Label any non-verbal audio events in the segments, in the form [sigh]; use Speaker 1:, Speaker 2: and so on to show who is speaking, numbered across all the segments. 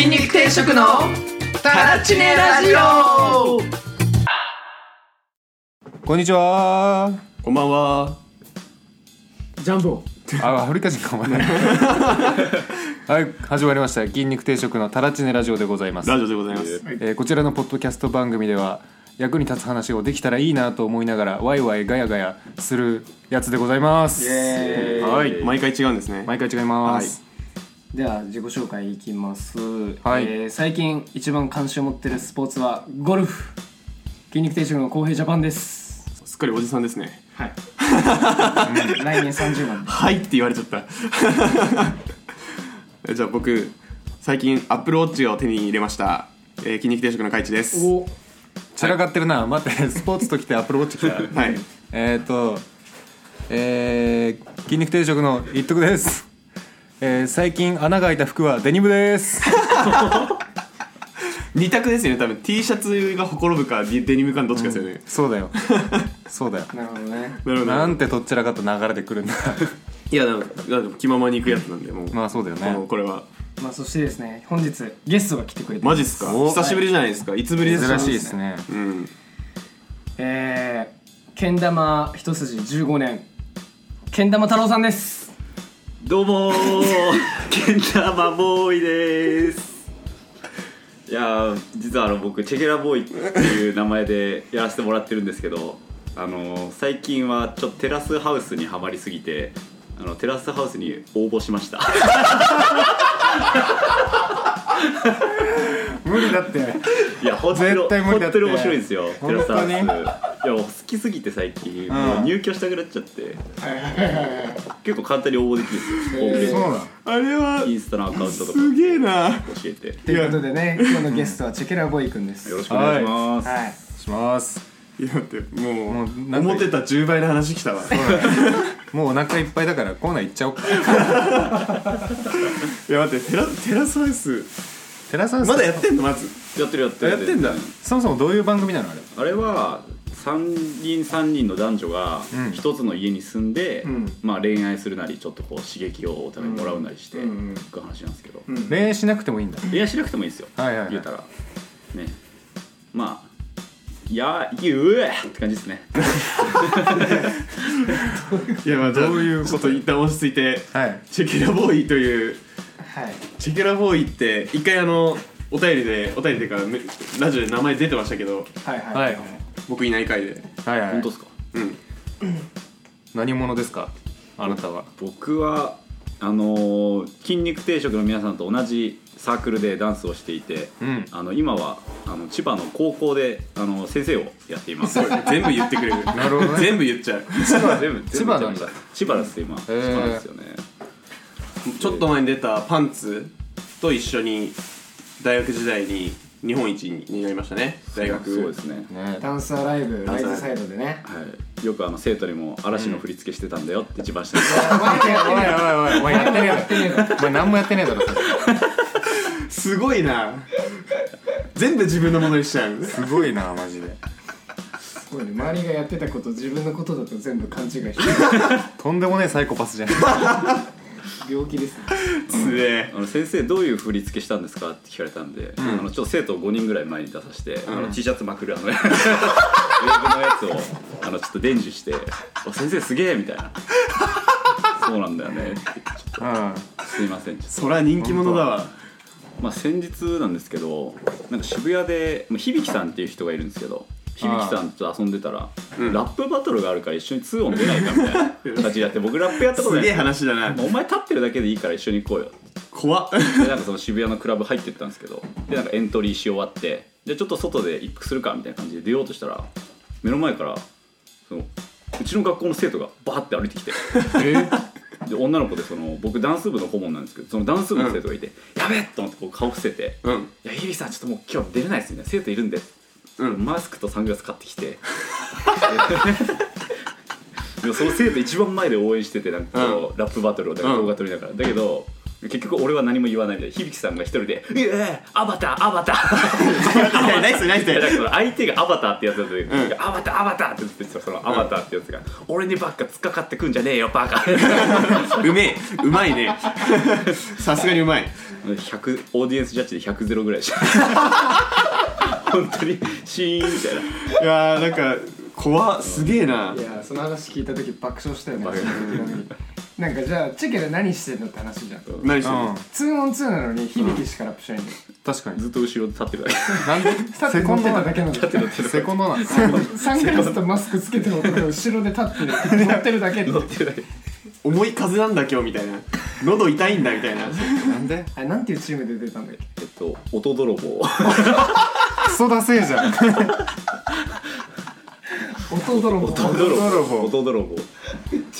Speaker 1: 食のタラチネラジオ
Speaker 2: こんにちは。
Speaker 3: こんばんは。
Speaker 1: ジャンボ
Speaker 2: あ、アフリカ人かお前。はい、始まりました。筋肉定食のタラチネラジオでございます
Speaker 3: ラ。ジオでございます。
Speaker 2: えーこちらのポッドキャスト番組では役に立つ話をできたらいいなと思いながらワイワイガヤガヤするやつでございます。
Speaker 3: はい、毎回違うんですね。
Speaker 2: 毎回違います。
Speaker 4: では自己紹介いきます、
Speaker 2: はい
Speaker 4: えー最近一番関心を持ってるスポーツはゴルフ筋肉定食の公平ジャパンです
Speaker 3: すっかりおじさんですね。
Speaker 4: はい来年30番で
Speaker 3: はいって言われちゃった。えじゃあ僕最近アップルウォッチを手に入れました。えー、筋肉定食の海地です。は
Speaker 4: お
Speaker 2: 散らかってるな。待って、スポーツときてアップルウォッチ来た。
Speaker 3: い。
Speaker 2: えっと、えー、筋肉定食の一徳です。えー、最近穴が開いた服はデニムです。
Speaker 3: 二択ですよね。多分 T シャツがほころぶかデデニムかのどっちかですよね。
Speaker 2: そうだよ。そうだよ。
Speaker 4: なるほどね
Speaker 3: [laughs] なるほど。
Speaker 2: なんてとっちらかった流れでくるんだ [laughs]
Speaker 3: いやでもでも気ままに行くやつなんでもう。
Speaker 2: まあそうだよね
Speaker 3: もうこれは
Speaker 4: まあそしてですね本日ゲストが来てくれて
Speaker 3: マ
Speaker 4: ます
Speaker 3: ジっすか。
Speaker 2: お
Speaker 3: 久しぶりじゃないですか。いつぶりですか。
Speaker 2: 珍しいですね
Speaker 3: うん。
Speaker 4: えー、けん玉一筋15年けん玉太郎さんです
Speaker 5: どうもーけん玉ボーイですいやー実はあの僕チェケラボーイっていう名前でやらせてもらってるんですけどあのー最近はちょっとテラスハウスにはまりすぎてあのテラスハウスに応募しました
Speaker 2: 無理だって
Speaker 5: いや本当に
Speaker 2: 絶対無理だって
Speaker 5: 本当に面白いんですよテラスハウスいや
Speaker 2: 本
Speaker 5: もう好きすぎて最近、もう入居したくなっちゃって結構簡単に応募できるんですよ、
Speaker 2: そうだ
Speaker 3: あれは
Speaker 5: インスタのアカウントとか
Speaker 3: すげえな。
Speaker 5: 教えてよ
Speaker 4: ということでね今日のゲストはチェケラボーイくん
Speaker 5: [laughs]
Speaker 4: です
Speaker 5: ろしくお願いします、
Speaker 4: はい
Speaker 2: します
Speaker 3: いや待っても
Speaker 2: も
Speaker 3: う
Speaker 2: うなんか
Speaker 3: 思ってた10倍の話来たわ。
Speaker 2: もうお腹いっぱいだからコーナー行っちゃおうか
Speaker 3: いや待ってテラテラスハウス
Speaker 2: テラサウ
Speaker 3: [laughs]
Speaker 2: ス
Speaker 3: まだやってんのまず
Speaker 5: やってるやってる
Speaker 3: やってんだ
Speaker 2: そもそもどういう番組なのあれ
Speaker 5: あれは3人3人の男女が
Speaker 2: ん
Speaker 5: 一つの家に住んで、
Speaker 4: ん
Speaker 5: まあ、恋愛するなりちょっとこう刺激をお互いもらうなりしていく話なんですけど、
Speaker 4: ん
Speaker 2: 恋愛しなくてもいいんだ
Speaker 5: 恋愛しなくてもいいですよ、
Speaker 2: はいはいはい
Speaker 5: 言うたらねまあいやゆうえって感じですね
Speaker 3: いやまあど
Speaker 2: どう
Speaker 3: う
Speaker 2: い
Speaker 3: いうう
Speaker 2: こ
Speaker 3: ことと一旦落ち着いて、
Speaker 2: はい
Speaker 3: チェケラボーイという
Speaker 4: はい
Speaker 3: チェケラボーイって一回あのお便りでお便りでかめラジオで名前出てましたけど
Speaker 4: はいはい
Speaker 2: はい
Speaker 3: 僕いない回で
Speaker 2: はいは
Speaker 5: 本
Speaker 2: い
Speaker 5: 当ですか
Speaker 3: うん
Speaker 2: 何者ですかあなたは
Speaker 5: 僕はあのー筋肉定食の皆さんと同じサークルでダンスをしていて、
Speaker 2: うん
Speaker 5: あの今はあの千葉の高校であの先生をやっています
Speaker 3: そう [laughs] 全部言ってくれる
Speaker 2: なるほどね
Speaker 3: 全部言っちゃう
Speaker 5: 千葉全部
Speaker 2: 千葉なんだ
Speaker 5: 千葉です今、
Speaker 2: ー
Speaker 5: 千葉ですよね
Speaker 3: ちょっと前に出たパンツと一緒に大学時代に日本一になりましたね大学
Speaker 5: そうですね、
Speaker 2: ね
Speaker 4: ダンサーライブ
Speaker 3: ダ
Speaker 4: ラ
Speaker 3: ン
Speaker 4: イ
Speaker 3: サーライブ
Speaker 4: ズサイドでね
Speaker 5: はい、よくあの生徒にも嵐の振り付けしてたんだよって一番下に
Speaker 4: お前がやっ
Speaker 2: おいおい
Speaker 4: てね
Speaker 2: おいお前やってねえだろお前何もやってねえだろ
Speaker 3: すごいな全部自分のものにしちゃう
Speaker 2: すごいなマジです
Speaker 4: ごいね周りがやってたこと自分のことだと全部勘違いしてる
Speaker 2: とんでもねえサイコパスじゃん
Speaker 4: 病気ですね
Speaker 3: つえ
Speaker 5: あの先生どういう振り付けしたんですかって聞かれたんで、あのちょっと生徒を5人ぐらい前に出させて、あの T シャツまくるあの [laughs] ウェーブのやつをあのちょっと伝授して「お先生すげえ!」みたいな「そうなんだよね」
Speaker 2: うん
Speaker 5: すいませんちょっと
Speaker 3: そりゃ人気者だわ
Speaker 5: まあ、先日なんですけどなんか渋谷でまあ響さんっていう人がいるんですけど響さんと遊んでたら、
Speaker 3: うん
Speaker 5: ラップバトルがあるから一緒に2音出ないかみたいな感じでやって僕ラップやったこ
Speaker 3: す
Speaker 5: とない
Speaker 3: げえ話だな
Speaker 5: お前立ってるだけでいいから一緒に行こうよ
Speaker 3: 怖っ
Speaker 5: でなんかその渋谷のクラブ入ってったんですけどでなんかエントリーし終わってでちょっと外で一服するかみたいな感じで出ようとしたら目の前からそのうちの学校の生徒がバーって歩い
Speaker 3: [laughs]
Speaker 5: てきてで女の子でその僕ダンス部の顧問なんですけどそのダンス部の生徒がいて「やべえ!」と思ってこう顔伏せて「
Speaker 3: うん
Speaker 5: いや日比さんちょっともう今日出れないですね生徒いるんで」
Speaker 3: うん
Speaker 5: マスクとサングラス買ってきて [laughs] でもその生徒一番前で応援しててなんかこう、ラップバトルをなんか動画撮りながら、だけど結局俺は何も言わないみたいな響さんが一人で「いえアバターアバター」
Speaker 3: い [laughs] やナイスナイス
Speaker 5: いやだからその相手がアバターってやつだと、アバターアバターって言ってたそのアバターってやつが、俺にばっか突っかかってくんじゃねえよ
Speaker 3: [laughs]
Speaker 5: バカ
Speaker 3: うめえうまいね [laughs] さすがにうまい
Speaker 5: 100オーディエンスジャッジで100ゼロぐらい
Speaker 3: [laughs]
Speaker 5: でした本当にシーンみたいない
Speaker 3: やーなんか怖っすげえない
Speaker 4: やその話聞いた時爆笑したよね [laughs] なんかじゃあチェケラ何してんのって話じゃん
Speaker 3: 何してん
Speaker 2: うん
Speaker 3: の、
Speaker 4: ツーオンツーなのに響しかラップしないんだよ
Speaker 2: 確かに
Speaker 5: ずっと後ろ立ってるだ
Speaker 2: なんで
Speaker 4: [laughs] 立ってこんでただけなんだよ
Speaker 2: けセコンドなんです
Speaker 4: サングラスとマスクつけてる男が後ろで立ってる乗ってるだ [laughs] けって
Speaker 5: け乗ってるだけ
Speaker 3: 重い風なんだ今日みたいな喉痛いんだみたいな
Speaker 2: なんで
Speaker 4: あれなんていうチームで出たんだっけ
Speaker 5: えっと音泥棒
Speaker 2: クソダセえじゃん
Speaker 4: 音泥棒
Speaker 5: 音泥
Speaker 2: 泥棒
Speaker 5: 棒音泥棒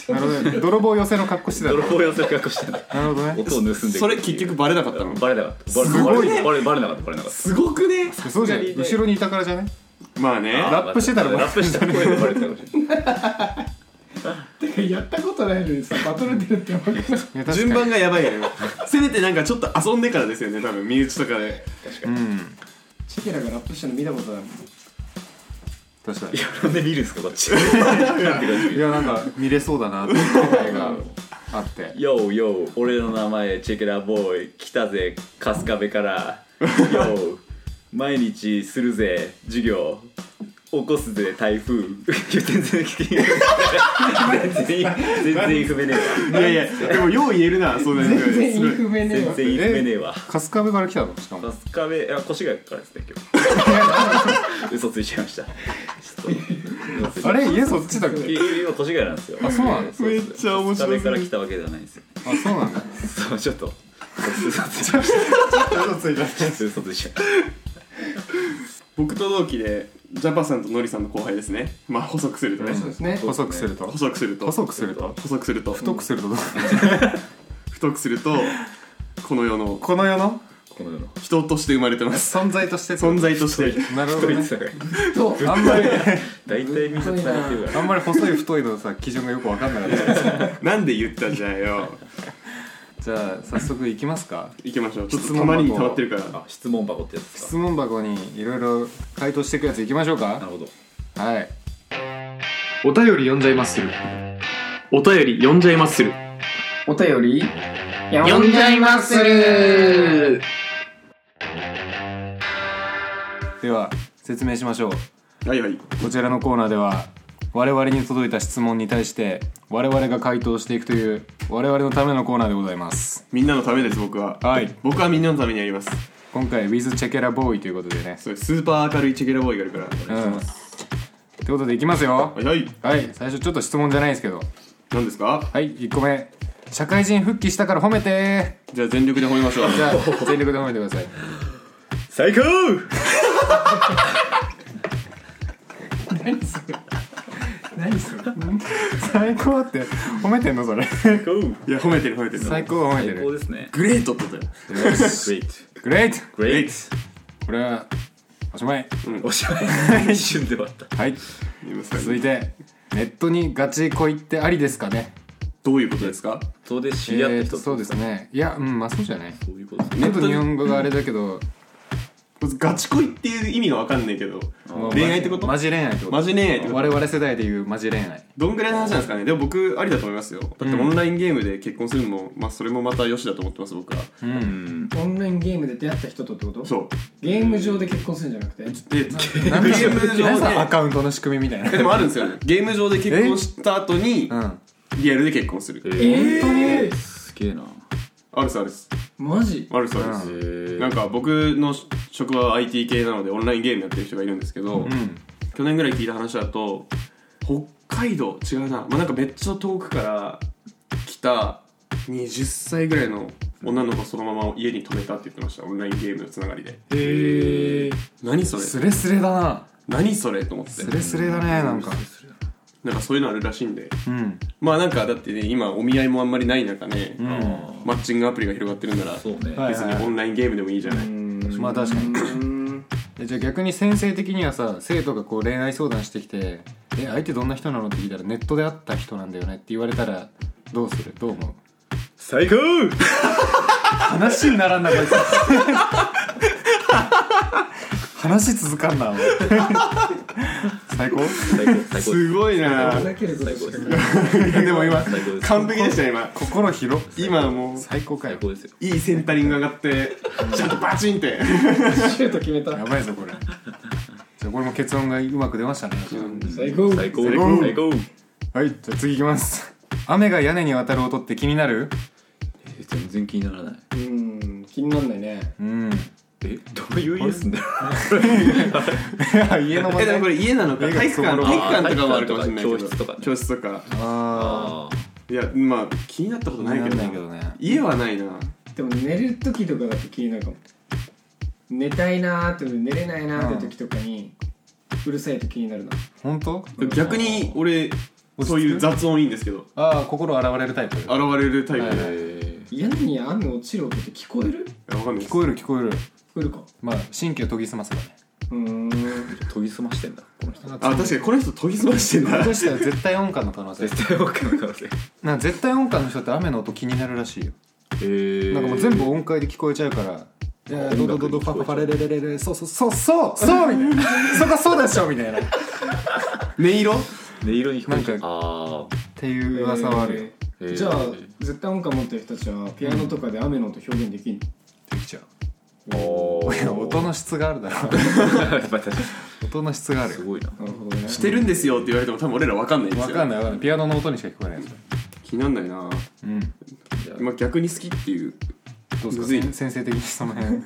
Speaker 2: なるほどね泥棒寄せの格好してた
Speaker 5: 泥
Speaker 2: な
Speaker 5: 棒寄せ格好してない
Speaker 2: るほどね
Speaker 5: 音を盗んでいくっていう
Speaker 3: それ結局バレなかったの
Speaker 5: バレなかったバレ
Speaker 2: すごい
Speaker 5: バレバレバレなかったバレなかった
Speaker 3: すごくね
Speaker 2: そうじゃん後ろにいたからじゃね
Speaker 3: まあね
Speaker 2: ラップしてたらバレ
Speaker 5: ラップしたら声でバレてたかもしれない
Speaker 4: やったことないのにさバトル出るって思って
Speaker 2: いや確かに
Speaker 3: 順番がやばいよねせめてなんかちょっと遊んでからですよね多分身内とかで
Speaker 2: うん
Speaker 4: チェケラがラップしてるの見たことないもん
Speaker 2: 確か
Speaker 5: いや [laughs] なんで見るんですかこっ [laughs] ち
Speaker 2: にいやなんか見れそうだなっていう考えが [laughs] あって
Speaker 5: ようよう俺の名前チェケラボーイ来たぜ春日部からよう毎日するぜ授業起こすぜ台風全然聞け全然全然踏めね
Speaker 3: いやいやでもよう言えるなそうなん
Speaker 4: 全然
Speaker 3: す
Speaker 4: インフメ
Speaker 5: え
Speaker 4: ねえ
Speaker 5: わ全
Speaker 4: わ
Speaker 5: 然踏めねえわ
Speaker 2: 春日部から来たのしかも
Speaker 5: 春日部いや越谷からですね今日嘘ついちゃいましたちょ
Speaker 2: [laughs]
Speaker 5: っと
Speaker 2: あれ家そっちだっ
Speaker 5: い
Speaker 2: け
Speaker 5: や今越谷なんですよ
Speaker 2: あそうなんだ
Speaker 5: そうそう
Speaker 3: めっちゃ面白すぎる
Speaker 5: 春日部から来たわけではないんですよ
Speaker 2: あそうなんだ
Speaker 5: そうちょっと嘘ついちゃいまし
Speaker 2: 嘘ついた
Speaker 5: た嘘ついちゃいました
Speaker 3: 僕と同期でジャパさんとノリさんの後輩ですねまあ補足するとね
Speaker 4: そうですね
Speaker 2: 細くすると
Speaker 3: 細くすると
Speaker 2: 細くすると
Speaker 3: 補足すると
Speaker 2: 太くするとどう
Speaker 3: 太くするとこの世の
Speaker 2: この世の
Speaker 5: この世の
Speaker 3: 人として生まれてます
Speaker 2: 存在としてってこと
Speaker 3: 存在として
Speaker 2: なるほど
Speaker 5: 一
Speaker 2: ね
Speaker 5: 人つながり
Speaker 4: そう
Speaker 2: あんまり
Speaker 5: 大体みんなつながってるから
Speaker 2: あんまり細い太いのさ基準がよく分かんなかったで
Speaker 3: [laughs]
Speaker 2: す
Speaker 3: なんで言ったんじゃよ
Speaker 2: じゃあ早速いきますか
Speaker 3: 行きましょうちょっ
Speaker 2: 質
Speaker 3: と
Speaker 2: 問
Speaker 3: たま
Speaker 2: 箱
Speaker 3: りに溜まってるから
Speaker 5: あ質問箱ってやつです
Speaker 2: 質問箱にいろいろ回答していくやついきましょう
Speaker 5: かな
Speaker 2: か
Speaker 5: るほど
Speaker 2: はいお便り読んじゃいます
Speaker 3: お便り読んじゃいまする
Speaker 4: お便り
Speaker 1: 呼んじゃいまする
Speaker 2: では説明しましょう
Speaker 3: はいはい
Speaker 2: こちらのコーナーでは我々に届いた質問に対して我々が回答していくという我々のためのコーナーでございます
Speaker 3: みんなのためです僕は
Speaker 2: はい
Speaker 3: 僕はみんなのためにやります
Speaker 2: 今回 With チェケラボーイということでね
Speaker 3: それスーパー明るいチェケラボーイがいるから
Speaker 2: うんってことでいきますよ
Speaker 3: はいはい
Speaker 2: はい最初ちょっと質問じゃないですけど
Speaker 3: 何ですか
Speaker 2: はい1個目社会人復帰したから褒めて
Speaker 3: じゃあ全力で褒めましょう
Speaker 2: じゃあ全力で褒めてください
Speaker 5: 最高
Speaker 4: 何それ
Speaker 2: 最高って褒めてんのそれ
Speaker 5: 最高
Speaker 3: いや褒めてる褒めてる
Speaker 2: 最高は褒めて
Speaker 5: 最高
Speaker 2: る
Speaker 5: ですね
Speaker 3: グレートってことだよ
Speaker 5: グレイト
Speaker 2: グレート
Speaker 5: グレイト
Speaker 2: これはおしまい
Speaker 5: おしまい一瞬で終わった
Speaker 2: はい
Speaker 3: 言いますか
Speaker 2: 続いてネットにガチ恋ってありですかね
Speaker 3: どういうことですか
Speaker 5: そうで知り合った
Speaker 2: え
Speaker 5: 人
Speaker 2: ーそうですねいやうんまあそうじゃない
Speaker 5: そういうことですね
Speaker 2: ちょっと日本語があれだけど
Speaker 3: まずガチ恋っていう意味がわかんないけど恋愛ってこと
Speaker 2: マジ恋愛ってこと
Speaker 3: マジ恋愛ってこと
Speaker 2: 我々世代でいうマジ恋愛
Speaker 3: どんぐらいの話なんですかねでも僕ありだと思いますよだってオンラインゲームで結婚するのも、まあそれもまたよしだと思ってます僕は
Speaker 5: うん
Speaker 4: オンラインゲームで出会った人とってこと
Speaker 3: そう
Speaker 4: ゲーム上で結婚するんじゃなくて
Speaker 3: でゲーム
Speaker 2: 皆
Speaker 3: 上
Speaker 2: さんア
Speaker 3: で
Speaker 2: カウントの仕組みみたいな
Speaker 3: えでもあるんですよねゲーム上で結婚した後に
Speaker 2: うん
Speaker 3: リアルで結婚する
Speaker 5: え
Speaker 4: え
Speaker 5: ーすげえな
Speaker 3: あるっすあるっす
Speaker 4: マジ
Speaker 3: あるっすあるっす、
Speaker 5: え
Speaker 3: なんか僕の職場は IT 系なのでオンラインゲームやってる人がいるんですけど、
Speaker 2: うん
Speaker 3: 去年ぐらい聞いた話だと北海道違うな、まあ、なんかめっちゃ遠くから来た20歳ぐらいの女の子そのまま家に泊めたって言ってましたオンラインゲームのつながりで
Speaker 2: へえ
Speaker 3: 何それ
Speaker 2: スレスレだな
Speaker 3: 何それと思って
Speaker 2: スレスレだねなんか
Speaker 3: なんかそういうのあるらしいんで
Speaker 2: うん
Speaker 3: まあなんかだってね今お見合いもあんまりない中ね、
Speaker 2: うん
Speaker 3: マッチングアプリが広がってるんなら
Speaker 5: そうね
Speaker 2: はい
Speaker 3: 別にオンラインゲームでもいいじゃない、
Speaker 2: まあ確かにえじゃあ逆に先生的にはさ生徒がこう恋愛相談してきて「え相手どんな人なの?」って聞いたら「ネットで会った人なんだよね」って言われたらどうするどう思う
Speaker 5: 最高
Speaker 2: 話にならんなこいつ話続かんなおい [laughs] 最高
Speaker 5: 最高最高です
Speaker 3: すごいな
Speaker 4: ふざけること
Speaker 5: 最
Speaker 4: し
Speaker 5: 高
Speaker 4: て
Speaker 5: です
Speaker 4: る
Speaker 3: でも今
Speaker 5: 最高です
Speaker 3: 完璧でした今
Speaker 2: 心広
Speaker 3: 今もう
Speaker 2: 最高か
Speaker 5: 最
Speaker 2: よ
Speaker 5: 高ですよ
Speaker 3: いいセンタリング上がってちゃんとバチンって
Speaker 4: シュート決めた
Speaker 2: やばいぞこれじゃあこれも結論がうまく出ましたね
Speaker 4: 最高
Speaker 5: 最高
Speaker 3: 最高
Speaker 5: 最高
Speaker 2: はいじゃあ次いきます雨が屋根に当たる音って気になる
Speaker 5: え全然気にならない
Speaker 4: うん気になんないね
Speaker 2: うん [laughs]
Speaker 5: えどういう家すんだよ
Speaker 2: いや家の
Speaker 3: え
Speaker 2: 問
Speaker 3: でもこ
Speaker 2: 題
Speaker 3: れ家なのか
Speaker 2: 家が
Speaker 3: 体育館
Speaker 2: そう
Speaker 3: 体育館とかはあるかもしれないけど
Speaker 5: 教室とかね
Speaker 3: 教室とか
Speaker 2: あ
Speaker 5: あ
Speaker 3: いやまあ気になったこと
Speaker 2: あ
Speaker 3: ないけど
Speaker 2: なんだけどね
Speaker 3: 家はないな
Speaker 4: でも寝る時とかだと気になるかも寝たいなーって寝れないなーって時とかにうるさいと気になるな
Speaker 2: 本当
Speaker 3: 逆に俺
Speaker 2: 落ち着く
Speaker 3: そういう雑音いいんですけど
Speaker 2: ああ心洗われるタイプ
Speaker 3: 現れるタイプ
Speaker 5: あ
Speaker 3: で
Speaker 4: 屋根にあんの落ちる音って聞こえる聞
Speaker 3: 分かんないで
Speaker 2: 聞
Speaker 3: す
Speaker 2: こえる聞こえる
Speaker 4: こえるか
Speaker 2: まあ神経を研ぎ澄ますからね
Speaker 4: うーん
Speaker 5: 研ぎ澄ましてんだこの人
Speaker 2: あ
Speaker 3: あ確かにこの人研ぎ澄ましてんだ
Speaker 2: そしたら絶対音感の可能性
Speaker 5: 絶対分かんない可能性
Speaker 2: なんか絶対音感の人って雨の音気になるらしいよ
Speaker 5: え
Speaker 2: なんかもう全部音階で聞こえちゃうから「いやドドドドファファファレレレレレそうそうそうそうそう」みたいな「そこそうでしょ」みたいなっ
Speaker 3: 音色
Speaker 5: 音色に聞こえちゃ
Speaker 2: な
Speaker 5: う
Speaker 2: んか
Speaker 5: ああ
Speaker 2: ていう噂はあるよ
Speaker 4: え
Speaker 5: へ
Speaker 4: ー
Speaker 5: ー
Speaker 4: じゃあ絶対音感持ってる人たちはピアノとかで雨の音表現できる
Speaker 2: できちゃう
Speaker 5: お
Speaker 2: いや
Speaker 5: [laughs]
Speaker 2: 音の質があるだろ音の質がある
Speaker 5: す
Speaker 2: よ
Speaker 5: ごいな
Speaker 4: なるほどね
Speaker 3: してるんですよって言われても多分俺ら分かんないんですよ
Speaker 2: わかんないわかんないピアノの音にしか聞こえないやつ
Speaker 3: 気になんないな
Speaker 2: うん
Speaker 5: じゃ
Speaker 3: まあ逆に好きっていう
Speaker 2: どう
Speaker 3: むず
Speaker 2: で
Speaker 3: い
Speaker 2: すか
Speaker 3: ね
Speaker 2: 先生的にその辺
Speaker 5: あ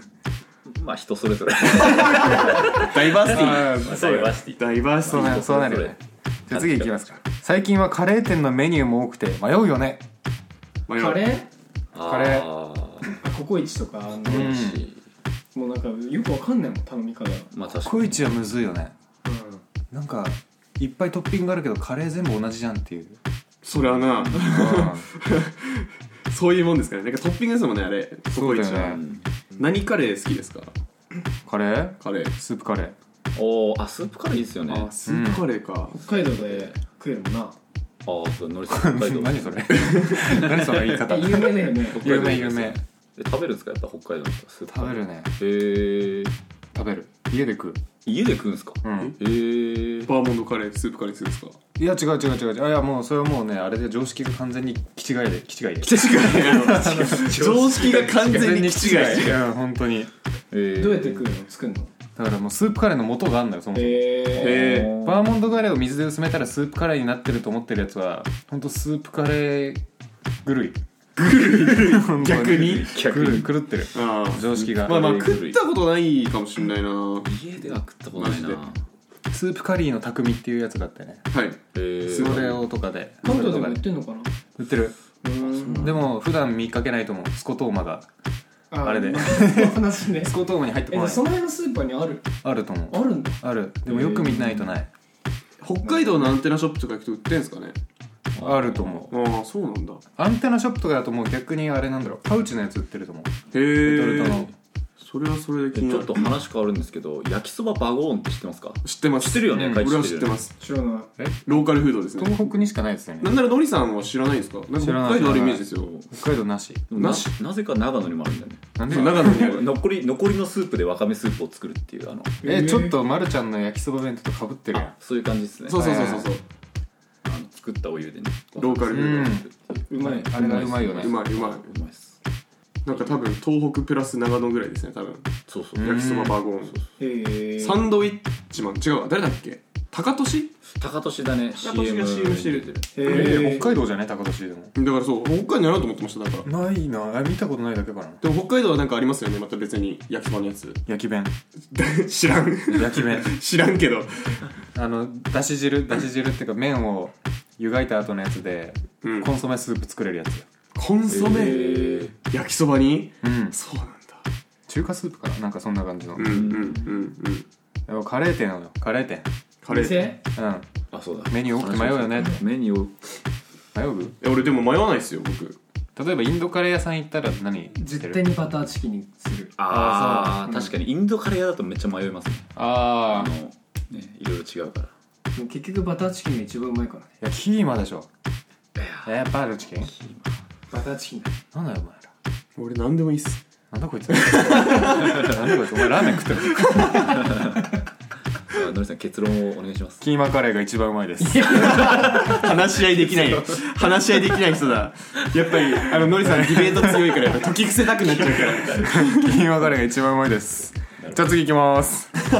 Speaker 5: まあ人それぞれ
Speaker 3: ダイバーシティ
Speaker 2: ああ
Speaker 5: ダイバーシティ
Speaker 3: ダイバーシテ
Speaker 2: そう
Speaker 3: ィ
Speaker 2: なそうなるよねじゃあ次いきますか最近はカレー店のメニューも多くて迷うよね
Speaker 3: まあ
Speaker 4: カレー
Speaker 5: カ
Speaker 2: レー
Speaker 4: あココイチとかあんな
Speaker 2: うん
Speaker 4: もうなんかよくわかんないもん頼み方が
Speaker 5: まあ確か
Speaker 2: コ
Speaker 5: に
Speaker 2: イチはむずいよねなんかいっぱいトッピングあるけどカレー全部同じじゃんっていう、
Speaker 3: それはな [laughs]
Speaker 2: う
Speaker 3: そういうもんですからねなんかトッピングですもんねあれココイチ
Speaker 2: そうだ
Speaker 3: は
Speaker 2: よね
Speaker 3: 何カレー好きですか
Speaker 2: ん、カレー
Speaker 3: カレー
Speaker 2: スープカレー
Speaker 5: おおあスープカレーいいっすよね
Speaker 3: あスープカレーか
Speaker 4: 北海道で食えるもんな
Speaker 5: ああそうのりさん [laughs] 北海道
Speaker 2: [laughs] 何それ何その言い [laughs] 方
Speaker 4: え有名だよね
Speaker 5: 北海
Speaker 2: 有
Speaker 5: 道
Speaker 2: 名有名
Speaker 5: え食べるんですかやっぱ北海道の人はスープ
Speaker 2: 食
Speaker 5: カ
Speaker 2: べ
Speaker 5: レ
Speaker 2: るね
Speaker 5: ーへえ
Speaker 2: 食べる家で食う
Speaker 5: 家で食うんすか
Speaker 2: うん
Speaker 5: へ
Speaker 3: バ
Speaker 5: え
Speaker 3: ーモンドカレースープカレーするんですか
Speaker 2: いや違う違う違う違うあいやもうそれはもうねあれで常識が完全に気違いで気違いで
Speaker 3: 常識が完全に気違い
Speaker 2: うん本当に
Speaker 4: どうやって食うの作るの
Speaker 2: だからもうスープカレーの素があんだよそもそも
Speaker 4: へえ
Speaker 3: へえ
Speaker 2: バーモントカレーを水で薄めたらスープカレーになってると思ってるやつは本当スープカレー狂い [laughs] 狂い
Speaker 3: 逆に
Speaker 5: 逆
Speaker 2: 狂
Speaker 5: に
Speaker 2: い狂ってる
Speaker 3: ああ
Speaker 2: 常識が
Speaker 3: まあまあ
Speaker 5: カレー
Speaker 3: 食ったことないかもしんないなは
Speaker 5: 家では食ったことないな
Speaker 3: マ
Speaker 2: スープカリーの匠っていうやつがあってね
Speaker 3: い
Speaker 5: へえ
Speaker 3: す
Speaker 2: そ
Speaker 3: ごい
Speaker 2: れをとかで
Speaker 4: 関東でも売ってんのかな
Speaker 2: 売ってる
Speaker 4: うーん
Speaker 2: でも普段見かけないと思うスコトーマが
Speaker 4: あ
Speaker 2: あれで
Speaker 4: まその話ね
Speaker 2: スコトーマに入って
Speaker 4: え
Speaker 2: こない
Speaker 4: その辺のスーパーにある
Speaker 2: あると思う
Speaker 4: あるんだ
Speaker 2: あるでもよく見ないとない
Speaker 3: 北海道のアンテナショップとか行くと売ってんすかね
Speaker 2: あると思う
Speaker 3: ああそうなんだ
Speaker 2: アンテナショップとかだともう逆にあれなんだろうパウチのやつ売ってると思う
Speaker 3: へ
Speaker 2: レトルト
Speaker 3: え
Speaker 2: の
Speaker 3: それはそれで
Speaker 5: で
Speaker 3: 気にな
Speaker 5: ちょっ
Speaker 3: る
Speaker 5: と話変わるんですけど焼きそばバゴーンって知ってますか
Speaker 3: 知ってます
Speaker 5: 知ってるよね
Speaker 2: うん
Speaker 5: 会
Speaker 3: 俺
Speaker 5: 社
Speaker 3: は知ってます
Speaker 4: 知らない
Speaker 3: ローカルフードですね
Speaker 2: 東北にしかないですよ
Speaker 3: な
Speaker 2: ね
Speaker 3: んならのりさんは知らないんですかなんか
Speaker 2: 知らない
Speaker 3: 北海道あるイメージですよ
Speaker 2: 北海道なし
Speaker 5: でもな
Speaker 3: なし
Speaker 5: なぜか長野にもあるんだよね
Speaker 2: なんで
Speaker 3: 長野にある
Speaker 5: 残り残りのスープでわかめスープを作るっていうあの
Speaker 2: えちょっとまるちゃんの焼きそば弁当とかぶってるやん
Speaker 5: そういう感じですね
Speaker 3: そうそうそうそうそう
Speaker 5: あの作ったお湯でね
Speaker 3: ローカルフ
Speaker 2: う
Speaker 3: ー
Speaker 2: ん
Speaker 4: うまい
Speaker 2: あれがうまいよね
Speaker 3: うまいうまいう
Speaker 5: まいっす
Speaker 3: ドなんか多分東北プラス長野ぐらいですね多分
Speaker 5: そうそう
Speaker 3: 焼きそばバーゴン
Speaker 4: へえ
Speaker 3: サンドイッチマン違うわ誰だっけ高俊
Speaker 5: 高俊だね
Speaker 3: 高俊が CM してる
Speaker 5: 出
Speaker 2: え
Speaker 4: へ
Speaker 2: ー北海道じゃない高年でも
Speaker 3: だからそう北海道にあると思ってましただから
Speaker 2: ないなあ見たことないだけかな
Speaker 3: でも北海道はなんかありますよねまた別に焼きそばのやつ [laughs]
Speaker 2: 焼き弁
Speaker 3: 知らん [laughs]
Speaker 2: 焼き弁
Speaker 3: 知らんけど
Speaker 2: [laughs] あのだし汁だし汁っていうか麺を湯がいた後のやつで、
Speaker 3: うん
Speaker 2: コンソメスープ作れるやつ
Speaker 3: コンソメ、
Speaker 5: へー
Speaker 3: 焼きそばに
Speaker 2: うん
Speaker 3: そうなんだ
Speaker 2: 中華スープかななんかそんな感じの、
Speaker 3: うんうんうんうん
Speaker 2: でもカレー店なのよカレー店
Speaker 3: カ
Speaker 4: え
Speaker 3: レー
Speaker 4: 店
Speaker 2: うん
Speaker 5: あそうだ
Speaker 2: メニュー多くて迷うよね
Speaker 5: メニュー
Speaker 2: 迷う
Speaker 3: え俺でも迷わないですよ僕
Speaker 2: 例えばインドカレー屋さん行ったら何知って
Speaker 4: 絶
Speaker 2: る
Speaker 4: 対にバターチキンにする
Speaker 2: あ
Speaker 5: ああ
Speaker 2: ー
Speaker 5: 確かにインドカレー屋だとめっちゃ迷いますねあ
Speaker 2: あ
Speaker 5: のねいろいろ違うから
Speaker 4: でも結局バターチキンが一番うまいからね
Speaker 2: あキーマでしょ
Speaker 5: いや
Speaker 2: やっぱあるチキン
Speaker 4: バターチキンだ
Speaker 2: なんだよお前ら
Speaker 3: 俺何でもいいっす
Speaker 2: なんだこいつなんだこいつお前ラーメン食ってる
Speaker 5: じゃあのりさん結論をお願いします
Speaker 2: キーマカレーが一番うまいです
Speaker 3: 話し合いできない話し合いできない人だやっぱりあのノリさんディベート強いからやっぱ解き伏せたくなっちゃうから
Speaker 2: 金和カレーが一番うまいですじゃあ次いきます [laughs]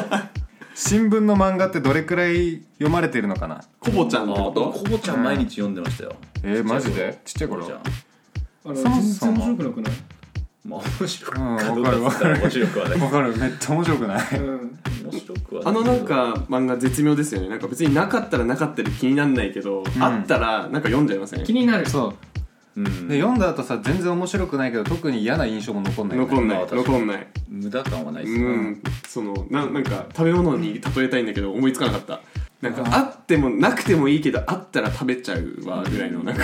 Speaker 2: 新聞の漫画ってどれくらい読まれているのかな
Speaker 3: コボちゃんってこ
Speaker 5: 僕
Speaker 3: と
Speaker 5: コボちゃん毎日読んでましたよ
Speaker 2: えー、マジでちっちゃい
Speaker 5: コ
Speaker 2: 頃
Speaker 5: ボちゃん
Speaker 4: あれ
Speaker 2: そも
Speaker 4: 全
Speaker 2: そ
Speaker 4: 然
Speaker 2: も
Speaker 4: 面白くなくない
Speaker 5: まあ面白く
Speaker 2: うん
Speaker 5: かどう
Speaker 2: わか
Speaker 5: か
Speaker 2: る
Speaker 5: っ
Speaker 2: わ
Speaker 5: つっ
Speaker 2: かる
Speaker 5: たら面白くはない
Speaker 2: わかるめっちゃ面白くない
Speaker 4: うん
Speaker 5: 面白くはな
Speaker 3: あ
Speaker 5: い
Speaker 3: のなんか漫画絶妙ですよねなんか別になかったらなかったで気になんないけど、あったらなんか読んじゃいません
Speaker 4: 気になる
Speaker 2: そう
Speaker 5: う
Speaker 2: [laughs]
Speaker 5: ん
Speaker 2: で読んだ後さ全然面白くないけど特に嫌な印象も残んないよね、
Speaker 3: 残んない
Speaker 5: まあ確かに
Speaker 3: 残んない
Speaker 5: 無駄感はないで
Speaker 3: う
Speaker 5: すね
Speaker 3: んそのななんか食べ物に例えたいんだけど思いつかなかったなんかあってもなくてもいいけどあったら食べちゃうわぐらいのなんか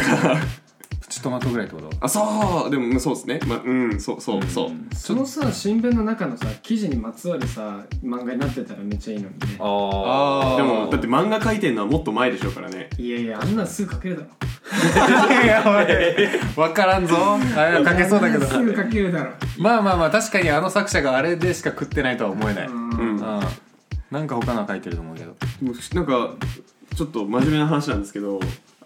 Speaker 2: プチトマトぐらいってこと
Speaker 3: あそうでもそうですねまあうんそうそうそう、
Speaker 4: そのさ新聞の中のさ記事にまつわるさ漫画になってたらめっちゃいいのにね
Speaker 5: ああ
Speaker 3: でもだって漫画描いてるのはもっと前でしょうからね
Speaker 4: いやいやあんなんすぐ書けるだろ
Speaker 2: [laughs] いやおい分からんぞあれは書けそうだけど
Speaker 4: あんなんすぐ書けるだろ
Speaker 2: まあまあまあ確かにあの作者があれでしか食ってないとは思えない、うん、
Speaker 3: うん
Speaker 2: なんか他のは書いてると思うけど
Speaker 3: もうなんかちょっと真面目な話なんですけど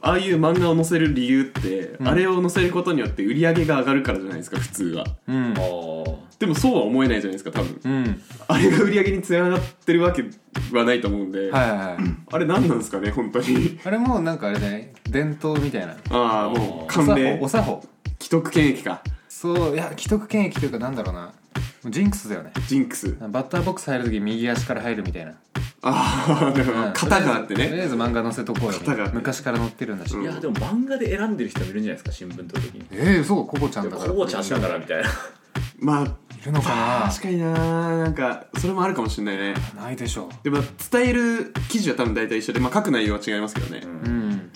Speaker 3: ああいう漫画を載せる理由って、
Speaker 2: ん
Speaker 3: あれを載せることによって売り上げが上がるからじゃないですか普通は
Speaker 2: うん
Speaker 5: あー
Speaker 3: でもそうは思えないじゃないですか多分
Speaker 2: うん
Speaker 3: あれが売り上げにつながってるわけはないと思うんで、
Speaker 2: はいはいはい
Speaker 3: あれ何なんですかね本当
Speaker 2: [laughs]
Speaker 3: に
Speaker 2: あれもうなんかあれじゃない伝統みたいな
Speaker 3: ああもう
Speaker 2: お
Speaker 3: 勘
Speaker 2: 作
Speaker 3: 弁
Speaker 2: 法お作法
Speaker 3: 既得権益か
Speaker 2: そういや既得権益というかなんだろうなジンクスだよね
Speaker 3: ジンクス
Speaker 2: バッターボックス入る時右足から入るみたいな、
Speaker 3: ああで
Speaker 2: うん
Speaker 3: も型があって
Speaker 2: とり
Speaker 3: ね
Speaker 2: あえず漫画載せとこうよみた
Speaker 3: 型が
Speaker 2: いな
Speaker 3: あって
Speaker 2: 昔から載ってるんだし、
Speaker 3: うん
Speaker 5: いやでも漫画で選んでる人もいるんじゃないですか新聞撮るときに
Speaker 2: ええそうコボちゃんだから
Speaker 5: コボちゃんだからみたいな
Speaker 3: まあ
Speaker 2: いるのか
Speaker 3: 確かにななんかそれもあるかもしれないね
Speaker 2: なないでしょ
Speaker 3: でも伝える記事は多分大体一緒で、まあ、書く内容は違いますけどね、
Speaker 2: ううん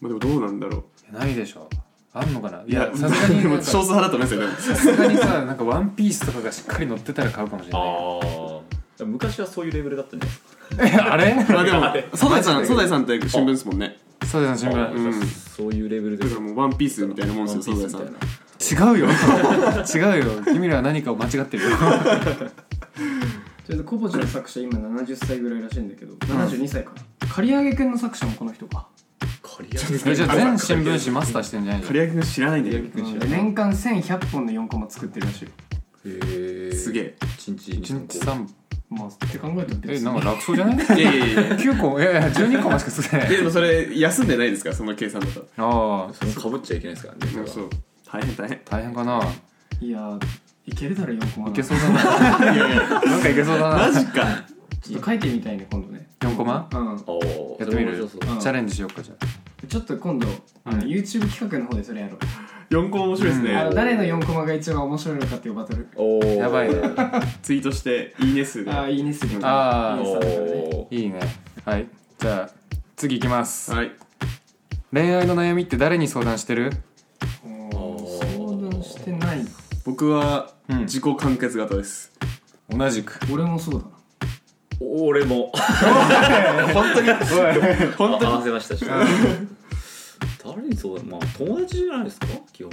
Speaker 3: まあ、でもどうなんだろう
Speaker 2: いやないでしょあんのかないい
Speaker 3: や
Speaker 2: やさすがになん
Speaker 3: も
Speaker 2: か
Speaker 3: う
Speaker 2: さ
Speaker 3: 少数派だと思いますよでも
Speaker 2: すがにさなんかワンピースとかがしっかり載ってたら買うかもしれない
Speaker 5: ああ [laughs] 昔はそういうレベルだったんじゃないですか
Speaker 2: えあれ
Speaker 3: まあで
Speaker 5: あれ
Speaker 3: もサザエさ
Speaker 2: マ
Speaker 3: ん
Speaker 2: ジで
Speaker 3: サザエさんって新聞ですもんね
Speaker 2: そうですね
Speaker 5: あ
Speaker 2: 新
Speaker 5: ーそういうレベルで
Speaker 3: だ
Speaker 5: す
Speaker 3: からもう「ワンピースみたいなもんですよサザエさ
Speaker 5: ワン
Speaker 3: ん
Speaker 5: ピースみたいな
Speaker 2: 聞違うよ [laughs] 違うよ君らは何かを間違ってるよ
Speaker 4: とりあえずコボちゃんの作者今70歳ぐらいらしいんだけど、72歳か刈り上げくんの作者もこの人か
Speaker 5: 刈り上げ
Speaker 2: えじゃあ全新聞紙マスターしてんじゃない
Speaker 3: 刈り上げ君知らないんだよ
Speaker 4: 年間1100本の4コマ作ってるらしいよ
Speaker 5: へえ
Speaker 3: すげえ
Speaker 5: 1日に
Speaker 2: 一日三
Speaker 4: まあって考えたら
Speaker 2: え
Speaker 4: 別
Speaker 2: なん
Speaker 4: に
Speaker 2: か楽そうじゃない ?9
Speaker 3: いやいやいやいや
Speaker 2: 個いやいや12個もしかすれない
Speaker 3: でもそれ休んでないですかその計算だと
Speaker 2: ああ
Speaker 5: それかぶっちゃいけないですからねそれは
Speaker 3: そう大変大変
Speaker 2: 大変かない
Speaker 4: やーいけるだろ4コマ
Speaker 2: いけそうだないやいやなんかいけそうだ
Speaker 3: マ
Speaker 2: な
Speaker 3: ジか
Speaker 4: ちょっと書いてみたいね今度ね
Speaker 2: 4コマ
Speaker 4: うん
Speaker 5: あー
Speaker 2: やってみる
Speaker 5: それ面白
Speaker 2: チ
Speaker 5: そう
Speaker 2: ャレンジしよっかじゃあ
Speaker 4: ちょっと今度、あの YouTube 企画の方でそれやろう
Speaker 3: 4個面白いです
Speaker 4: あの
Speaker 3: ね
Speaker 4: 誰の4コマが一番面白いのかっていうバトル
Speaker 5: おー
Speaker 2: やばいね
Speaker 3: ツイートしていいね数で
Speaker 4: あ
Speaker 3: は
Speaker 4: あいいねすぎる
Speaker 2: あ
Speaker 5: お
Speaker 2: ー
Speaker 5: ー
Speaker 2: いいねはいじゃあ次いきます
Speaker 3: い
Speaker 2: 恋愛の悩みって誰に相談してる
Speaker 4: 相談してないな
Speaker 3: 僕は
Speaker 2: ん
Speaker 3: 自己完結型です
Speaker 2: 同じく
Speaker 4: 俺もそうだな
Speaker 5: 俺も
Speaker 3: 本
Speaker 2: [laughs]
Speaker 3: 当に本当に
Speaker 5: 合わせましたし [laughs] 誰に相談まあ友達じゃないですか基本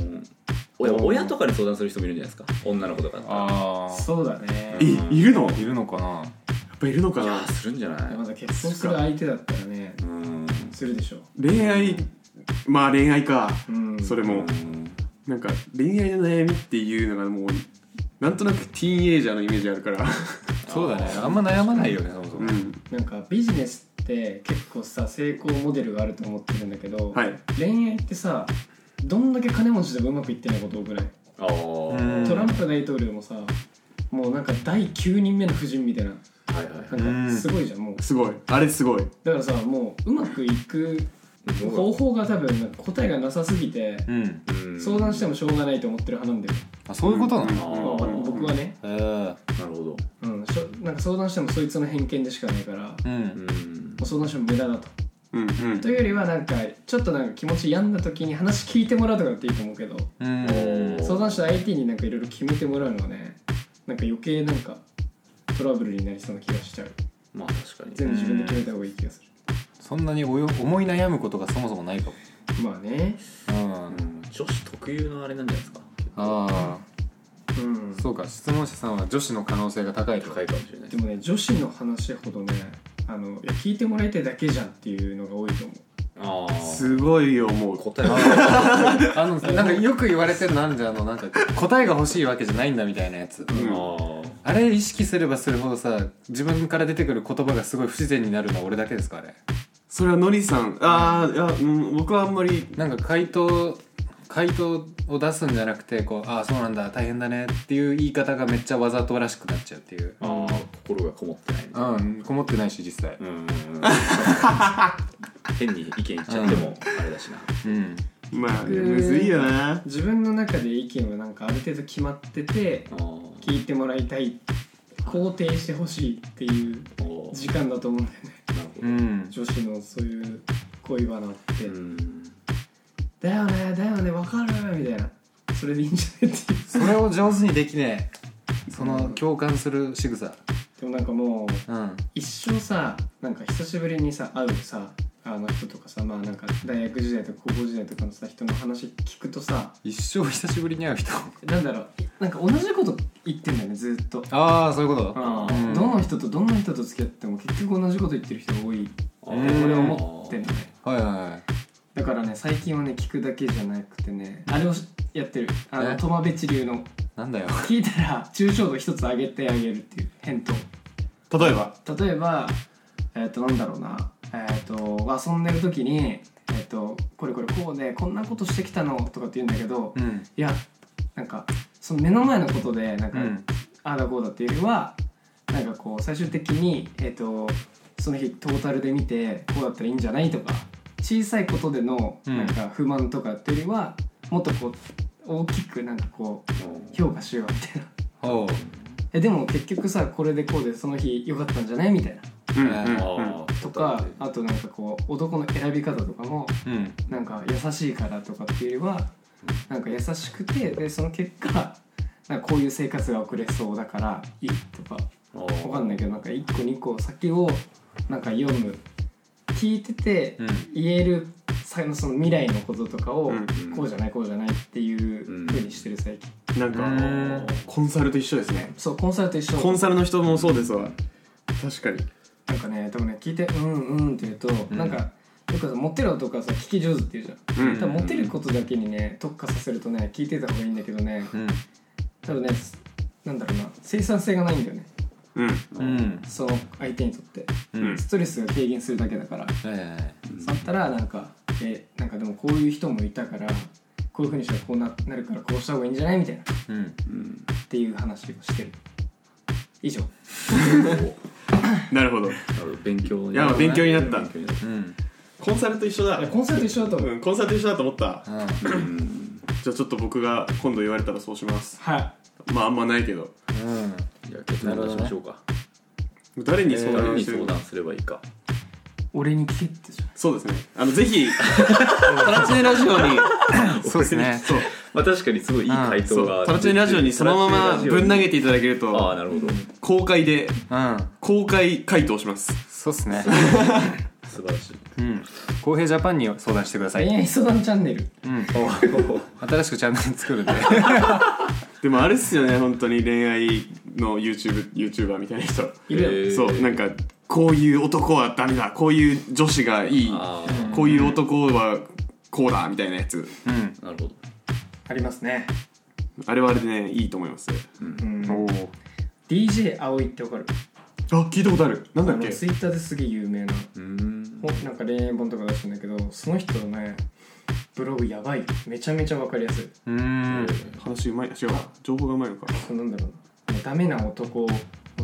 Speaker 5: 親親とかに相談する人もいるんじゃないですか女の子とかだったら
Speaker 2: あ
Speaker 4: そうだね
Speaker 3: えいるのや
Speaker 2: あいるのかな
Speaker 3: っぱいるのか
Speaker 5: い
Speaker 3: な
Speaker 5: やーするんじゃない
Speaker 4: まだ結婚する相手だったらね
Speaker 5: うん
Speaker 4: するでしょ
Speaker 3: 恋愛まあ恋愛か
Speaker 4: うん
Speaker 3: それもなんか恋愛の悩みっていうのがもうなんとなくティーンエイジャーのイメージあるから
Speaker 2: そうだねあんま悩まないよねそもそうも
Speaker 3: ん
Speaker 4: なんかビジネスって結構さ成功モデルがあると思ってるんだけど、
Speaker 3: はい
Speaker 4: 恋愛ってさどんだけ金持ちでもうまくいってないこと多くない、
Speaker 5: ああは
Speaker 2: うん
Speaker 4: トランプ大統領もさもうなんか第9人目の夫人みたいない
Speaker 5: はい
Speaker 4: なん
Speaker 2: う
Speaker 4: か
Speaker 2: ん
Speaker 4: すごいじゃんもう
Speaker 3: すごいあれすごい
Speaker 4: だからさもううまくいく方法が多分なんか答えがなさすぎて
Speaker 2: うん
Speaker 5: うん
Speaker 4: 相談してもしょうがないと思ってる派なんだよ、
Speaker 2: あそういうことなの
Speaker 5: あ
Speaker 4: まあ
Speaker 5: ー
Speaker 4: 僕はね、
Speaker 2: えー
Speaker 5: なるほど
Speaker 4: うん、しょなんか相談してもそいつの偏見でしかないからも
Speaker 2: うん
Speaker 5: うん
Speaker 4: う相談しても無駄だと
Speaker 3: うんうん
Speaker 4: というよりはなんかちょっとなんか気持ち病んだ時に話聞いてもらうとかだっていいと思うけど
Speaker 2: うん
Speaker 4: 相談した相手になんかいろいろ決めてもらうのはねなんか余計なんかトラブルになりそうな気がしちゃう
Speaker 5: まあ確かに
Speaker 4: 全部自分で決めた方がいい気がする、
Speaker 2: そんなにおよ思い悩むことがそもそもないかも
Speaker 4: まあね
Speaker 2: うん
Speaker 5: 女子特有のあれなんじゃないですか
Speaker 2: あ
Speaker 4: うん
Speaker 2: あそうか質問者さんは女子の可能性が高いと
Speaker 5: 高いかもしれない
Speaker 4: でもね女子の話ほどねあのいや聞いてもらいたいだけじゃんっていうのが多いと思う
Speaker 5: あ
Speaker 3: すごいよもう
Speaker 5: 答 [laughs] えは
Speaker 2: あのなんかよく言われてるのあるじゃんあのなんか答えが欲しいわけじゃないんだみたいなや
Speaker 3: う
Speaker 2: つ、
Speaker 3: ん
Speaker 2: あれ意識すればするほどさ自分から出てくる言葉がすごい不自然になるのは俺だけですかあれ
Speaker 3: それはのりさんああいや、うん、僕はあんまり
Speaker 2: なんか回答回答を出すんじゃなくてこう「ああそうなんだ大変だね」っていう言い方がめっちゃわざとらしくなっちゃうっていう
Speaker 5: あー心がこもってないね
Speaker 2: うんこもってないし実際
Speaker 5: うん変に意見言っちゃってもあれだしな
Speaker 2: うん
Speaker 3: まあむずいよな
Speaker 4: 自分の中で意見はなんかある程度決まってて
Speaker 5: あー
Speaker 4: 聞いてもらいたい肯定してほしいっていう
Speaker 5: あー
Speaker 4: 時間だと思うんだよね
Speaker 5: なるほ
Speaker 2: う
Speaker 5: ど
Speaker 2: ん
Speaker 4: 女子のそういう恋バナって、
Speaker 5: うん
Speaker 4: だよねだよねわかるみたいなそれでいいんじゃないっていう
Speaker 2: それを上手にできねえその共感する仕草
Speaker 4: でもなんかもう
Speaker 2: うん
Speaker 4: 一生さなんか久しぶりにさ会うさあの人とかさまあなんか大学時代とか高校時代とかのさ人の話聞くとさ
Speaker 2: 一生久しぶりに会う人
Speaker 4: なんだろうなんか同じこと言ってんだよねずっと、
Speaker 2: ああそういうこと
Speaker 4: うんどの人とどんな人と付き合っても結局同じこと言ってる人が多いって
Speaker 5: あ
Speaker 2: うん
Speaker 5: ー
Speaker 4: 俺は思ってんのね
Speaker 2: はいは
Speaker 4: だからね最近はね聞くだけじゃなくてねあれをしやってるあ
Speaker 2: え
Speaker 4: のトマベチ流の
Speaker 2: いなんだよ
Speaker 4: 聞いたら抽象度一つ上げてあげるっていう返答
Speaker 3: 例えば
Speaker 4: 例えばえっ、となんだろうなえっ、と遊んでる時にえっ、とこれこれこうでこんなことしてきたのとかって言うんだけど、い
Speaker 2: うん
Speaker 4: やなんかその目の前のことでなん
Speaker 2: う
Speaker 4: か、
Speaker 2: ん
Speaker 4: ああだこうだっていうよりはなんかこう最終的にえっ、とその日トータルで見てこうだったらいいんじゃないとか小さいことでの
Speaker 2: うん
Speaker 4: なんか不満とかっていうよりは、もっとこう大きくなんかこう評価しようみたいな。
Speaker 2: おう
Speaker 4: えでも結局さこれでこうでその日良かったんじゃないみたいな
Speaker 3: うんうん
Speaker 5: あー
Speaker 4: とかあとなんかこう男の選び方とかも
Speaker 2: うん
Speaker 4: なんか優しいからとかっていうよりはなんか優しくてでその結果なんかこういう生活が送れそうだからいいとか
Speaker 5: あ
Speaker 4: わ
Speaker 5: ー
Speaker 4: かんないけどなんか1個2個先をなんか読む聞いてて
Speaker 2: うん
Speaker 4: 言えるさその未来のこととかを
Speaker 3: うん
Speaker 5: うん
Speaker 4: こうじゃないこうじゃないっていうふうにしてる最近
Speaker 3: なん
Speaker 2: う
Speaker 3: か
Speaker 2: ん
Speaker 3: コンサルと一緒ですね
Speaker 4: そうコンサルと一緒
Speaker 3: コンサルの人もそうですわ確かに
Speaker 4: なんかね多分ね聞いて「うんうん」って言うと、
Speaker 2: ん
Speaker 4: なんかよくさモテるとかさ聞き上手って言うじゃん
Speaker 3: うん
Speaker 4: 多分モテることだけにね特化させるとね聞いてた方がいいんだけどね
Speaker 2: うん
Speaker 4: 多分ねすなんだろうな生産性がないんだよね
Speaker 3: うん
Speaker 2: うん
Speaker 4: その相手にとって
Speaker 2: うん
Speaker 4: ストレスが軽減するだけだから、
Speaker 2: はいはいはい
Speaker 4: そうだったらなんか「えなんかでもこういう人もいたからこういうふうにしたらこうななるからこうした方がいいんじゃない?」みたいなっ
Speaker 2: うん
Speaker 5: うん
Speaker 4: ていう話をしてる以上
Speaker 3: なるほど
Speaker 5: なるほど勉強に
Speaker 3: いや勉強になった
Speaker 5: 勉強になっ
Speaker 2: うん
Speaker 3: コンサルと一緒だ
Speaker 4: いやコンサルと一緒だと思う、
Speaker 3: うんコンサルと一緒だと思った
Speaker 2: うん
Speaker 5: たうん
Speaker 3: じゃあちょっと僕が今度言われたらそうします
Speaker 4: はい
Speaker 3: まああんまないけど
Speaker 2: うん
Speaker 5: じゃあ結論出しましょうか
Speaker 3: 誰に相
Speaker 5: 誰
Speaker 3: 談
Speaker 5: に
Speaker 3: してる
Speaker 5: 相
Speaker 3: の
Speaker 5: 談すればいいか
Speaker 4: 俺に聞けってじゃん
Speaker 3: そうですねあのぜひ
Speaker 2: タラチネラジオに [laughs] そうですね
Speaker 3: そう
Speaker 5: まあ確かにすごいいい回答
Speaker 3: そう
Speaker 5: が
Speaker 3: タラチネラジオにそのままぶん投げ
Speaker 5: て
Speaker 3: ていただける
Speaker 5: ああ
Speaker 3: と
Speaker 5: なるほど
Speaker 3: 公開で
Speaker 2: うん
Speaker 3: 公開回答します
Speaker 2: そうっすね
Speaker 5: 素晴らしい
Speaker 2: うん公平ジャパンに相談してください
Speaker 4: 恋愛相談チャンネル
Speaker 2: うん新しくチャンネル作るんで
Speaker 3: でもあれっすよね本当に恋愛の YouTube YouTuber みたいな人
Speaker 4: いるよ、
Speaker 5: えー
Speaker 3: そうなんかこういう男はダメだこういう女子がいい
Speaker 5: ああ
Speaker 3: こういう男はこうだみたいなやつ
Speaker 2: うん
Speaker 5: なるほど
Speaker 4: ありますね
Speaker 3: あれはあれでねいいと思います
Speaker 4: うん
Speaker 2: お
Speaker 4: DJ 葵ってわかる
Speaker 3: あ聞いたことあるなんだ
Speaker 4: あ
Speaker 3: っ
Speaker 4: の
Speaker 3: け
Speaker 4: ツイッターですげえ有名な
Speaker 5: うん
Speaker 4: ほんなんか恋愛本とか出してんだけどその人のねブログやばいめちゃめちゃわかりやすい
Speaker 2: うん
Speaker 3: 話うまい違うわ情報がうまいのか
Speaker 4: そのなんだろうなダメな男を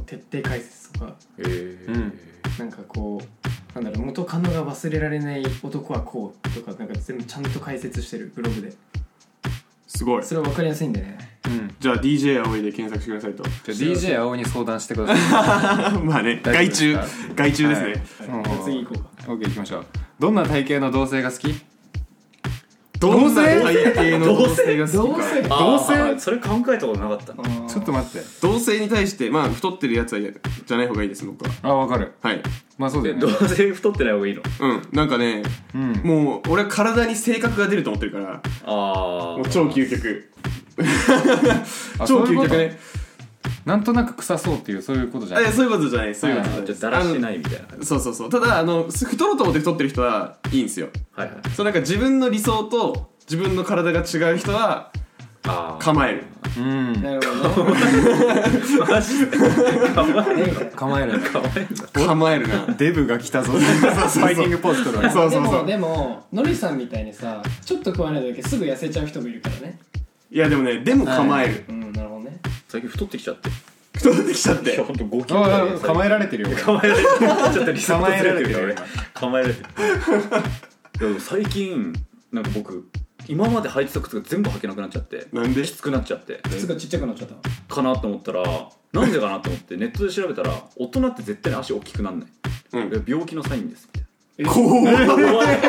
Speaker 4: 徹底解説とか
Speaker 5: へえ
Speaker 2: うん
Speaker 4: なんかこうなんだろう元カノが忘れられない男はこうとかなんか全部ちゃんと解説してるブログです
Speaker 3: ごい
Speaker 4: それはわかりやすいんでね
Speaker 2: うん
Speaker 3: じゃあ DJ 葵で検索してくださいと
Speaker 2: じゃあ DJ 青に相談してください
Speaker 3: [laughs] まあね
Speaker 2: 大
Speaker 3: 害虫
Speaker 2: 丈夫ですか
Speaker 3: 害虫ですね、
Speaker 2: はい
Speaker 4: はいじゃあ次行こうか
Speaker 2: OK 行きましょうどんな体型の同性が好き
Speaker 3: どんな体型の
Speaker 2: 同性が
Speaker 4: どうせ
Speaker 5: あ
Speaker 2: 同
Speaker 5: ー
Speaker 2: 棲
Speaker 5: それ考えたことなかったな
Speaker 2: ちょっと待って
Speaker 3: 同性に対してまあ太ってるやつは嫌じゃない方がいいです僕は
Speaker 2: あわかる
Speaker 3: はい
Speaker 2: まあそうだよ
Speaker 5: で同
Speaker 2: ね
Speaker 5: 棲太ってない方がいいの
Speaker 3: うんなんかね
Speaker 2: うん
Speaker 3: もう俺は体に性格が出ると思ってるから
Speaker 5: ああ
Speaker 3: もう超究極
Speaker 2: あ
Speaker 3: 超
Speaker 2: そうい
Speaker 3: 究
Speaker 2: うこと
Speaker 3: 極ね
Speaker 2: なんとなく臭そうっていうそういうことじゃない
Speaker 3: えそういうことじゃないそういうことじゃない
Speaker 5: ちょっとだらしてないみたいな
Speaker 3: あ
Speaker 5: 感
Speaker 3: の
Speaker 5: じ
Speaker 3: そうそうそうただあのす太ろうと思って太ってる人はいいんですよ
Speaker 5: はいはい
Speaker 3: そうなんか自分の理想と自分の体が違う人は
Speaker 5: ああ
Speaker 3: 構える
Speaker 2: うん
Speaker 4: なるほどね
Speaker 5: マジでかわいい
Speaker 2: 構える
Speaker 5: かわいいな
Speaker 3: 構えるな
Speaker 2: デブが来
Speaker 3: [laughs]
Speaker 2: たぞファイティングポーズ取るわけ
Speaker 3: そう
Speaker 4: で
Speaker 3: そうそ
Speaker 4: も
Speaker 3: う
Speaker 4: でもノリさんみたいにさちょっと食わないだけすぐ痩せちゃう人もいるからね
Speaker 3: いやでもねでも構える
Speaker 4: うんなるほどね
Speaker 5: 最近太ってきちゃって
Speaker 3: 太ってきちゃって
Speaker 5: いやほんと5キロぐらい
Speaker 2: あ
Speaker 5: で
Speaker 2: あ構えられてるよ俺
Speaker 5: 構えられてるちょっとリセット
Speaker 2: 構え
Speaker 5: ず
Speaker 2: ら
Speaker 5: れ
Speaker 2: れてる
Speaker 5: てるよ
Speaker 2: よ
Speaker 5: 俺構えられてるいや最近なんか僕今まで履いてた靴が全部履けなくなっちゃって
Speaker 3: なんで
Speaker 5: きつくなっちゃって
Speaker 4: すぐちっちゃくなっちゃった
Speaker 5: かなと思ったらなんでかなと思ってネットで調べたら大人って絶対に足大きくなんない、
Speaker 3: うん
Speaker 5: いや病気のサインですみたいな
Speaker 3: こう
Speaker 5: 怖っ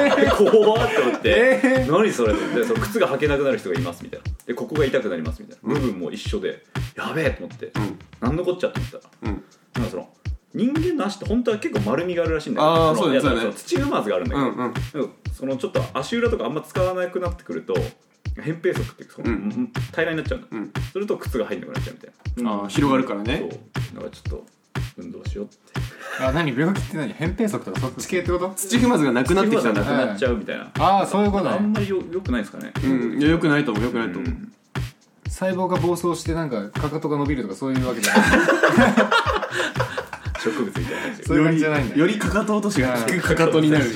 Speaker 5: 怖っって思って、何それでその靴が履けなくなる人がいますみたいなでここが痛くなりますみたいな部分も一緒で、やべえと思って、
Speaker 3: ん
Speaker 5: 何のこっちゃと思ったら
Speaker 3: うん
Speaker 5: なんかその人間の足って本当は結構丸みがあるらしいんだけ
Speaker 3: あー
Speaker 5: ど
Speaker 3: そうだよ
Speaker 5: のいや
Speaker 3: そうだよ
Speaker 5: の土踏まずがあるんだ
Speaker 3: う
Speaker 5: けど、
Speaker 3: んうん
Speaker 5: そのちょっと足裏とかあんま使わなくなってくると扁平足っていうかその、
Speaker 3: うん
Speaker 5: うん平らになっちゃうんだ、
Speaker 3: うん
Speaker 5: すると靴が入んなくなっちゃうみたいな
Speaker 3: あー広がるから
Speaker 5: そう
Speaker 3: ね
Speaker 5: なんかちょっと運動しようって
Speaker 2: あ何病気って何扁平足とかそっち系ってこと
Speaker 3: 土踏まずがなくなってきたん
Speaker 5: なく
Speaker 3: だ
Speaker 5: なっちゃうみたいな、
Speaker 2: ああそういうこと
Speaker 5: あん
Speaker 2: ね
Speaker 5: まりよよくないですかね
Speaker 3: うんいやよくないと思うよくないと思う
Speaker 2: 細胞が暴走してなんかかかとが伸びるとかそういうわけじゃない
Speaker 5: 植物みたいな感じ
Speaker 2: そういう感じじゃないんだ
Speaker 3: よりかかと落としが
Speaker 2: うん
Speaker 3: 低くかかとに
Speaker 2: [laughs]
Speaker 3: なる
Speaker 2: よ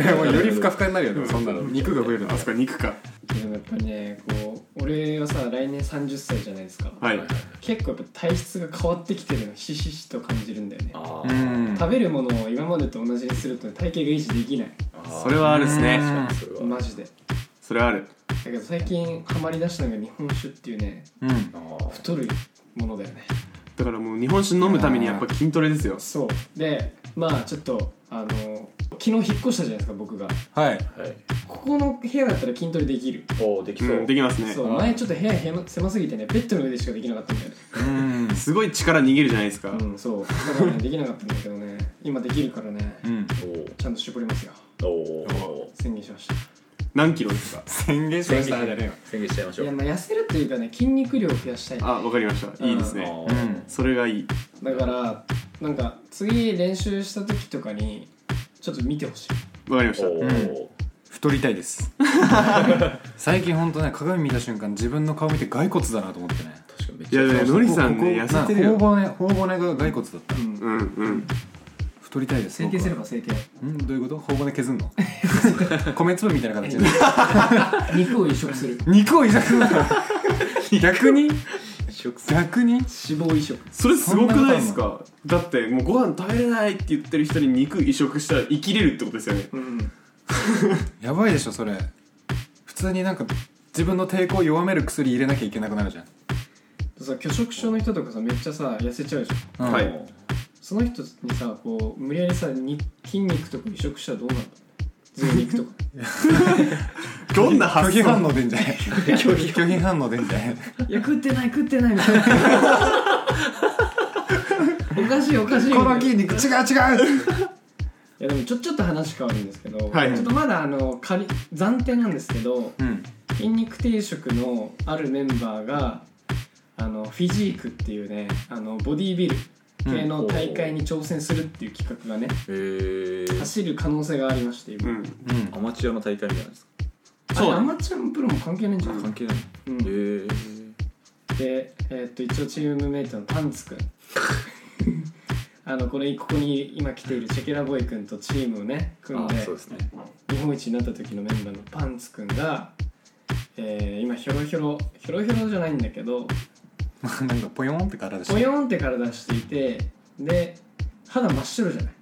Speaker 2: りもうよりふかふかになるよねそんなの肉が増えるの
Speaker 3: あそこ肉か
Speaker 4: でもやっぱりねこう俺はさ来年30歳じゃないですか、
Speaker 3: はい
Speaker 4: 結構やっぱ体質が変わってきてるのひしひしと感じるんだよね
Speaker 5: あ
Speaker 2: う
Speaker 5: ー
Speaker 2: ん
Speaker 4: 食べるものを今までと同じにすると体型が維持できない
Speaker 5: あー
Speaker 3: それはあるっすね
Speaker 2: うん
Speaker 5: それは
Speaker 4: マジでだ
Speaker 3: それはある
Speaker 4: けど最近ハマりだしたのが日本酒っていうね
Speaker 2: うん
Speaker 5: あー
Speaker 4: 太るものだよね
Speaker 3: だからもう日本酒飲むためにやっぱ筋トレですよ
Speaker 4: そうでまあちょっとあの昨日引っ越したじゃないですか僕が
Speaker 2: はい
Speaker 5: はい
Speaker 4: ここの部屋だったら筋トレできる
Speaker 5: おーできそううん
Speaker 3: できますね
Speaker 4: そう前ちょっと部屋へ狭すぎてねベッドの上でしかできなかったんだよね
Speaker 2: うん
Speaker 3: すごい力逃げるじゃないですか
Speaker 4: うんそうだからねできなかったんだけどね今できるからね
Speaker 2: うん
Speaker 4: ちゃんと絞りますよ
Speaker 5: おーおー
Speaker 4: 宣言しまし
Speaker 3: 何キロですか
Speaker 2: 宣言しましたじゃねえよ
Speaker 5: 宣言しちゃいました
Speaker 4: いや
Speaker 5: ょう
Speaker 4: まあ痩せるというかね筋肉量を増やしたい
Speaker 3: あわかりましたいいですね
Speaker 5: あー
Speaker 3: それがいい
Speaker 4: だからなんか次練習した時とかにちょっと見てほしい
Speaker 3: わかりまし
Speaker 5: お
Speaker 3: た
Speaker 5: ー
Speaker 2: 太りたいです最近ほんとね鏡見た瞬間自分の顔見て骸骨だなと思ってね
Speaker 5: 確かにめっ
Speaker 3: い
Speaker 5: ちゃ
Speaker 3: やいや
Speaker 2: そう
Speaker 3: のりさん
Speaker 2: ここ
Speaker 3: ね痩せてる
Speaker 2: な
Speaker 3: よ
Speaker 2: 頬骨頬骨が骸骨だった
Speaker 3: うんうん
Speaker 2: 太りたいです
Speaker 4: 整形すれ
Speaker 2: 僕
Speaker 4: ば整形
Speaker 2: はうんどういうこと頬骨削んの [laughs] 米粒みたいな形で
Speaker 4: 肉を移植する
Speaker 2: 肉をいざく逆に
Speaker 5: 食
Speaker 2: 逆に
Speaker 4: 脂肪移植
Speaker 3: それすごくないですかだってもうご飯食べれないって言ってる人に肉移植したら生きれるってことですよね
Speaker 4: うん
Speaker 2: やばいでしょそれ普通になんか自分の抵抗を弱める薬入れなきゃいけなくなるじゃん
Speaker 4: さ拒食症の人とかさめっちゃさ痩せちゃうでしょ
Speaker 2: うん
Speaker 3: はい
Speaker 4: その人にさこう無理やりさに筋肉とか移植したらどうなるの全肉とか
Speaker 3: どんな
Speaker 2: 拒
Speaker 3: 発
Speaker 2: 否反
Speaker 3: 想
Speaker 2: 応出んじゃない [laughs] 拒否拒否反応出んじ [laughs] ゃない
Speaker 4: いや食ってない食ってないみ
Speaker 3: [laughs]
Speaker 4: たいなおかしいおかしいみたい
Speaker 2: こ
Speaker 4: な
Speaker 2: の筋肉違う違う
Speaker 4: いやでもちょちょっと話変わるんですけど、
Speaker 3: はい
Speaker 4: ちょっとまだあの仮暫定なんですけど
Speaker 2: うん
Speaker 4: 筋肉定食のあるメンバーがあのフィジークっていうねあのボディービル系の大会に挑戦するっていう企画がね、
Speaker 5: へー
Speaker 4: 走る可能性がありまして
Speaker 3: う
Speaker 4: 今、
Speaker 3: ん
Speaker 2: うん
Speaker 5: アマチュアの大会みたいなんですか
Speaker 4: あれアマチュアもプロも関係ないんじゃない
Speaker 5: 関係ないへ
Speaker 4: うん
Speaker 5: ー
Speaker 4: で、えーっと一応チームメイトのパンツ
Speaker 5: [laughs]
Speaker 4: くんあのこれここに今来ているチェケラボーイくんとチームをね組ん
Speaker 5: あ
Speaker 4: で
Speaker 5: ーそうですね
Speaker 4: 日本一になった時のメンバーのパンツくんが、えー今ひょろひょろひょろひょろじゃないんだけど
Speaker 2: なんかポヨーンって体でし
Speaker 4: ポ
Speaker 2: た
Speaker 4: ヨーンって体していてで肌真っ白じゃない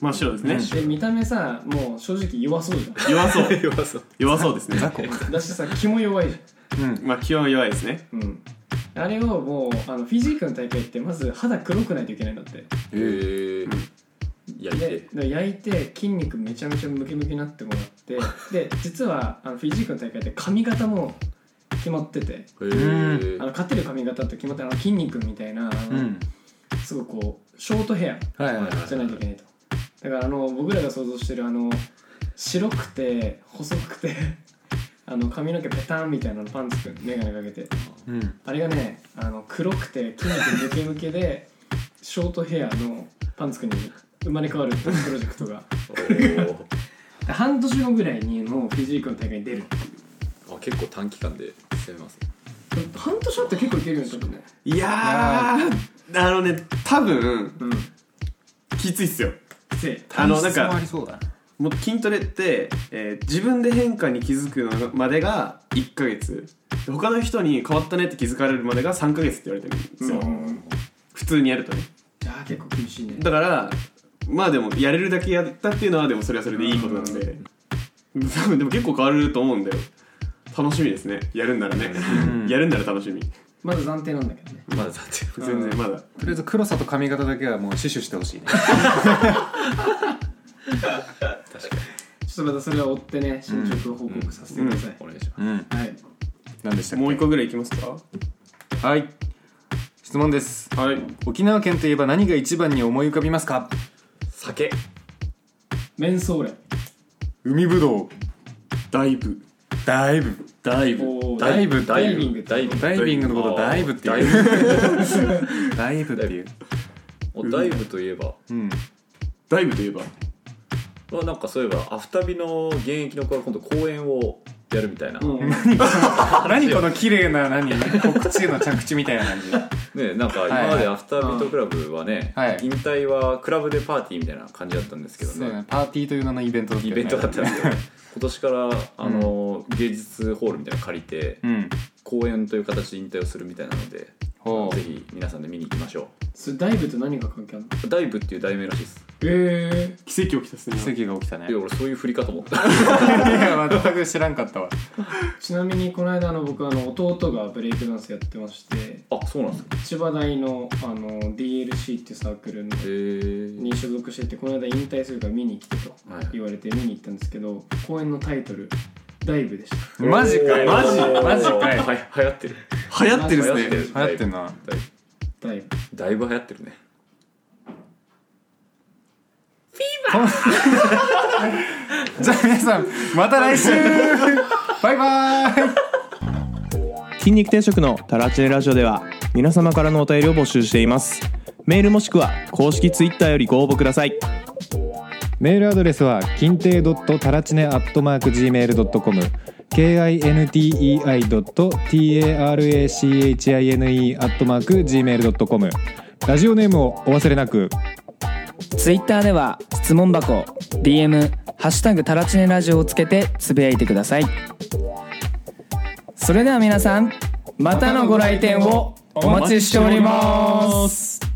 Speaker 3: 真っ白ですね
Speaker 4: で見た目さもう正直弱そうじゃ
Speaker 3: 弱そう
Speaker 5: 弱 [laughs] そう
Speaker 3: 弱そうですね
Speaker 2: 雑魚
Speaker 5: [laughs]
Speaker 4: んだしさ気も弱いじ
Speaker 2: うん
Speaker 3: まあ気は弱いですね
Speaker 4: ゃんうんあれをもうあのフィジークの大会ってまず肌黒くないといけないんだって
Speaker 5: へー焼い
Speaker 4: で
Speaker 5: て
Speaker 4: で焼いて筋肉めちゃめちゃムキムキになってもらってで実はあのフィジークの大会って髪型も決まってて
Speaker 5: へー
Speaker 4: あの勝てる髪型って決まってあの筋肉みたいなあ
Speaker 2: う
Speaker 4: の、
Speaker 2: ん
Speaker 4: すごいこうショートヘア
Speaker 2: はいはいはい
Speaker 4: じゃないといけないとだからあの僕らが想像してるあの白くて細くて [laughs] あの髪の毛ペタンみたいなのパンツくん眼鏡かけて
Speaker 2: うん
Speaker 4: あれがねあの黒くて筋肉ムケムケでショートヘアのパンツくんに生まれ変わるっていうプロジェクトがで半年後ぐらいにもうフィジークの大会に出る
Speaker 5: あ結構短期間で攻めますね
Speaker 4: 半年後って結構いけるよね多分ね
Speaker 3: いやーあのね多分
Speaker 4: うん
Speaker 3: きついっすよ
Speaker 4: きつい
Speaker 3: あのなん
Speaker 2: 体質もあ
Speaker 3: か
Speaker 2: りそうだな
Speaker 3: もう筋トレって、えー自分で変化に気づくのまでが1ヶ月で他の人に変わったねって気づかれるまでが3ヶ月って言われてるんですよ、
Speaker 4: うん
Speaker 3: 普通にやるとね
Speaker 4: いやー結構厳しいね
Speaker 3: だからまあでもやれるだけやったっていうのはでもそれはそれでいいことなんで、多分でも結構変わると思うんだよ楽しみですねやるんならね、
Speaker 2: ん
Speaker 3: やるんなら楽しみ
Speaker 4: まだ暫定なんだけどね
Speaker 5: まだだって
Speaker 3: 全然まだ
Speaker 2: とりあえず黒さと髪型だけはもう死守してほしいね
Speaker 4: ちょっとまたそれは追ってね進捗を報告させてください、
Speaker 5: お願いしま
Speaker 2: うん
Speaker 4: はい
Speaker 2: 何でしたっけ
Speaker 3: もう一個ぐらいいきますか
Speaker 2: はい質問です
Speaker 3: はい
Speaker 2: 沖縄県といえば何が一番に思い浮かびますか
Speaker 5: す酒
Speaker 4: メンソーレ
Speaker 2: 海ぶどう
Speaker 3: だいぶ
Speaker 2: ダイブ
Speaker 5: だい
Speaker 4: おー
Speaker 2: ダイブ
Speaker 4: ダイビング
Speaker 5: だいぶ
Speaker 2: ダイビングのことをダイブっていうダイブっていう
Speaker 5: おダイブといえば
Speaker 2: うん
Speaker 3: だいぶといえば
Speaker 5: まあなんかそういえばアフタビの現役の子が今度公演をやるみたいな、
Speaker 4: うん
Speaker 2: 何この綺麗な何告知への着地みたいな感じ
Speaker 5: ねなんか
Speaker 2: は
Speaker 5: 今
Speaker 2: い
Speaker 5: ま
Speaker 2: はい
Speaker 5: でアフタービートクラブはね、
Speaker 2: はい
Speaker 5: 引退はクラブでパーティーみたいな感じだったんですけど
Speaker 2: そう
Speaker 5: ね
Speaker 2: だねパーティーという名のイベントだった
Speaker 5: イ
Speaker 2: よね
Speaker 5: ベントだったんですけど今年からあの、芸術ホールみたいなの借りて、
Speaker 2: うん
Speaker 5: 公演という形で引退をするみたいなので
Speaker 2: ほ
Speaker 5: ぜひ皆さんで見に行きましょ
Speaker 4: それダイブと何が関係あるの
Speaker 5: うダイブっていう題名らしいです
Speaker 4: え
Speaker 3: 奇跡起きたっすね
Speaker 2: う奇跡が起きたね
Speaker 5: で
Speaker 2: い
Speaker 5: 俺そういう振りかと思っ
Speaker 2: [laughs]
Speaker 5: た
Speaker 2: や全く知らんかったわ
Speaker 4: ー、ちなみにこの間あの僕あの弟がブレイクダンスやってまして
Speaker 5: あそうなんですか
Speaker 4: 千葉大のあの DLC っていうサークルの
Speaker 5: へー
Speaker 4: に所属しててこの間引退するから見に来てと
Speaker 5: はい
Speaker 4: 言われて見に行ったんですけど公演のタイトル「ダイブ」でした
Speaker 2: マジかよ
Speaker 3: マジ
Speaker 2: マジかよ
Speaker 5: は流行ってる
Speaker 3: 流行ってるっす
Speaker 5: 流行っ
Speaker 3: ね
Speaker 5: てる
Speaker 2: 流行ってんな
Speaker 5: だい
Speaker 4: 「
Speaker 5: ぶ
Speaker 4: ダイブ
Speaker 5: だいぶ流行ってるね
Speaker 2: [laughs] じゃあ皆さんまた来週
Speaker 6: [laughs]
Speaker 2: バイバイ
Speaker 6: 筋肉定食のタラチネラジオでは皆様からのお便りを募集していますメールもしくは公式ツイッターよりご応募ください
Speaker 2: メールアドレスは金亭ドットタラチネアットマーク gmail ドットコム k i n t e i ドット t a r a c h i n e アットマーク gmail ドットコムラジオネームをお忘れなく。
Speaker 7: ツイッターでは質問箱 DM「ハッシュタグタラチネラジオ」をつけてつぶやいてくださいそれでは皆さんまたのご来店をお待ちしております